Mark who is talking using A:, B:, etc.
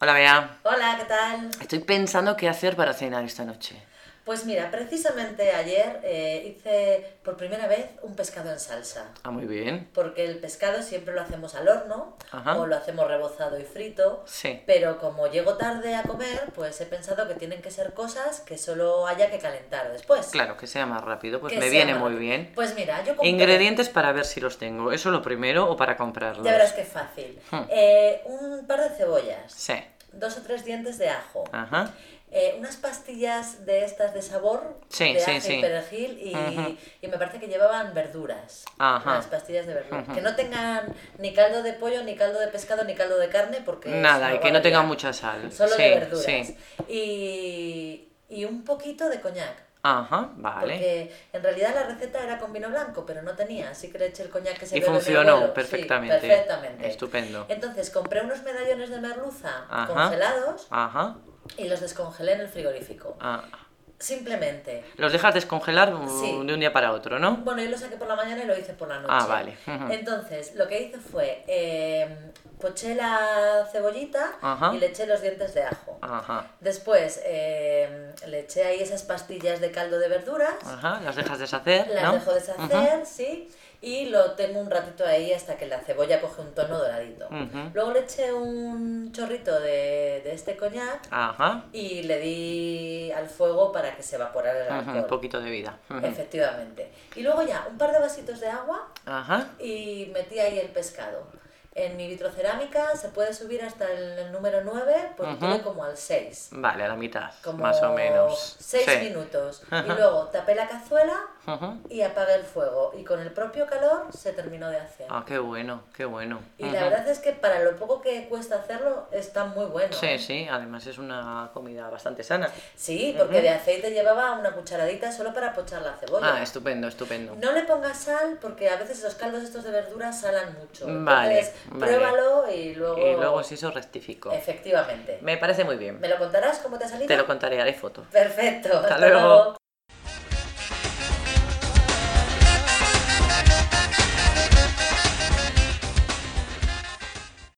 A: Hola Bea,
B: Hola, ¿qué tal?
A: estoy pensando qué hacer para cenar esta noche.
B: Pues mira, precisamente ayer eh, hice por primera vez un pescado en salsa.
A: Ah, muy bien.
B: Porque el pescado siempre lo hacemos al horno
A: Ajá.
B: o lo hacemos rebozado y frito.
A: Sí.
B: Pero como llego tarde a comer, pues he pensado que tienen que ser cosas que solo haya que calentar después.
A: Claro, que sea más rápido, pues
B: Que
A: me
B: sea
A: viene
B: más
A: muy
B: rápido.
A: bien.
B: Pues mira, yo compré...
A: Ingredientes para ver si los tengo, eso lo primero o para comprarlos.
B: Ya verás qué fácil.
A: Hmm.
B: Eh, un par de cebollas,
A: Sí.
B: dos o tres dientes de ajo,
A: Ajá.
B: Eh, unas pastillas de estas de sabor,
A: Sí,
B: de
A: sí,
B: ajo
A: sí.
B: y perejil, y,
A: Ujú.
B: y me parece que llevaban verduras.
A: Ajá.
B: Unas pastillas de verduras.
A: Ujú.
B: Que no tengan ni caldo de pollo, ni caldo de pescado, ni caldo de carne, porque. es
A: Nada,
B: una
A: y que no tenga
B: barbaridad.
A: mucha sal.
B: Solo
A: sí,
B: de verduras.
A: sí.
B: Y, y un poquito de coñac.
A: Ajá, vale.
B: Porque en realidad la receta era con vino blanco, pero no tenía, así que le eché el coñac que se
A: Y
B: bebe mi abuelo.
A: funcionó
B: Sí,
A: perfectamente.
B: perfectamente.
A: Estupendo.
B: Entonces compré unos medallones de merluza
A: Ajá.
B: congelados
A: Ajá.
B: y los descongelé en el frigorífico.
A: Ah.
B: Simplemente.
A: Los dejas descongelar uh,
B: Sí.
A: de un día para otro, ¿no?
B: Bueno, yo lo saqué por la mañana y lo hice por la noche.
A: Ah, vale. Ujú.
B: Entonces, lo que hice fue, eh, poché la cebollita
A: Ajá.
B: y le eché los dientes de ajo.
A: Ajá.
B: Después, eh, le eché ahí esas pastillas de caldo de verduras,
A: Ajá. Las dejas deshacer,
B: las
A: ¿no?
B: dejo
A: Ujú.
B: deshacer, sí, y lo tengo un ratito ahí hasta que la cebolla coge un tono doradito.
A: Ujú.
B: Luego le eché un chorrito de, de este coñac
A: Ajá.
B: y le di al fuego para que se evaporara el
A: Ujú, Un
B: alcohol.
A: poquito de vida. Ujú.
B: Efectivamente. Y luego ya, un par de vasitos de agua
A: Ajá.
B: y metí ahí el pescado. En mi vitrocerámica se puede subir hasta el, el número 9, pues lo
A: Ujú.
B: tuve como al 6.
A: Vale, a la mitad,
B: Como
A: más o menos.
B: 6
A: Sí.
B: minutos.
A: Ajá.
B: Y luego tapé la cazuela
A: Ujú.
B: y apagué el fuego. Y con el propio calor se terminó de hacer.
A: Ah, qué bueno, qué bueno.
B: Y
A: Ujú.
B: la verdad es que para lo poco que cuesta hacerlo, está muy bueno.
A: Sí,
B: ¿eh?
A: sí, además es una comida bastante sana.
B: Sí, porque
A: Ujú.
B: de aceite llevaba una cucharadita solo para pochar la cebolla.
A: Ah, estupendo, estupendo.
B: No le pongas sal porque a veces los caldos estos de verduras salan mucho.
A: Vale,
B: Entonces,
A: vale.
B: pruébalo y luego.
A: Y luego si eso rectifico.
B: Efectivamente.
A: Me parece muy bien.
B: ¿Me lo contarás cómo te ha salido?
A: Te lo contaré, haré foto.
B: Perfecto.
A: luego.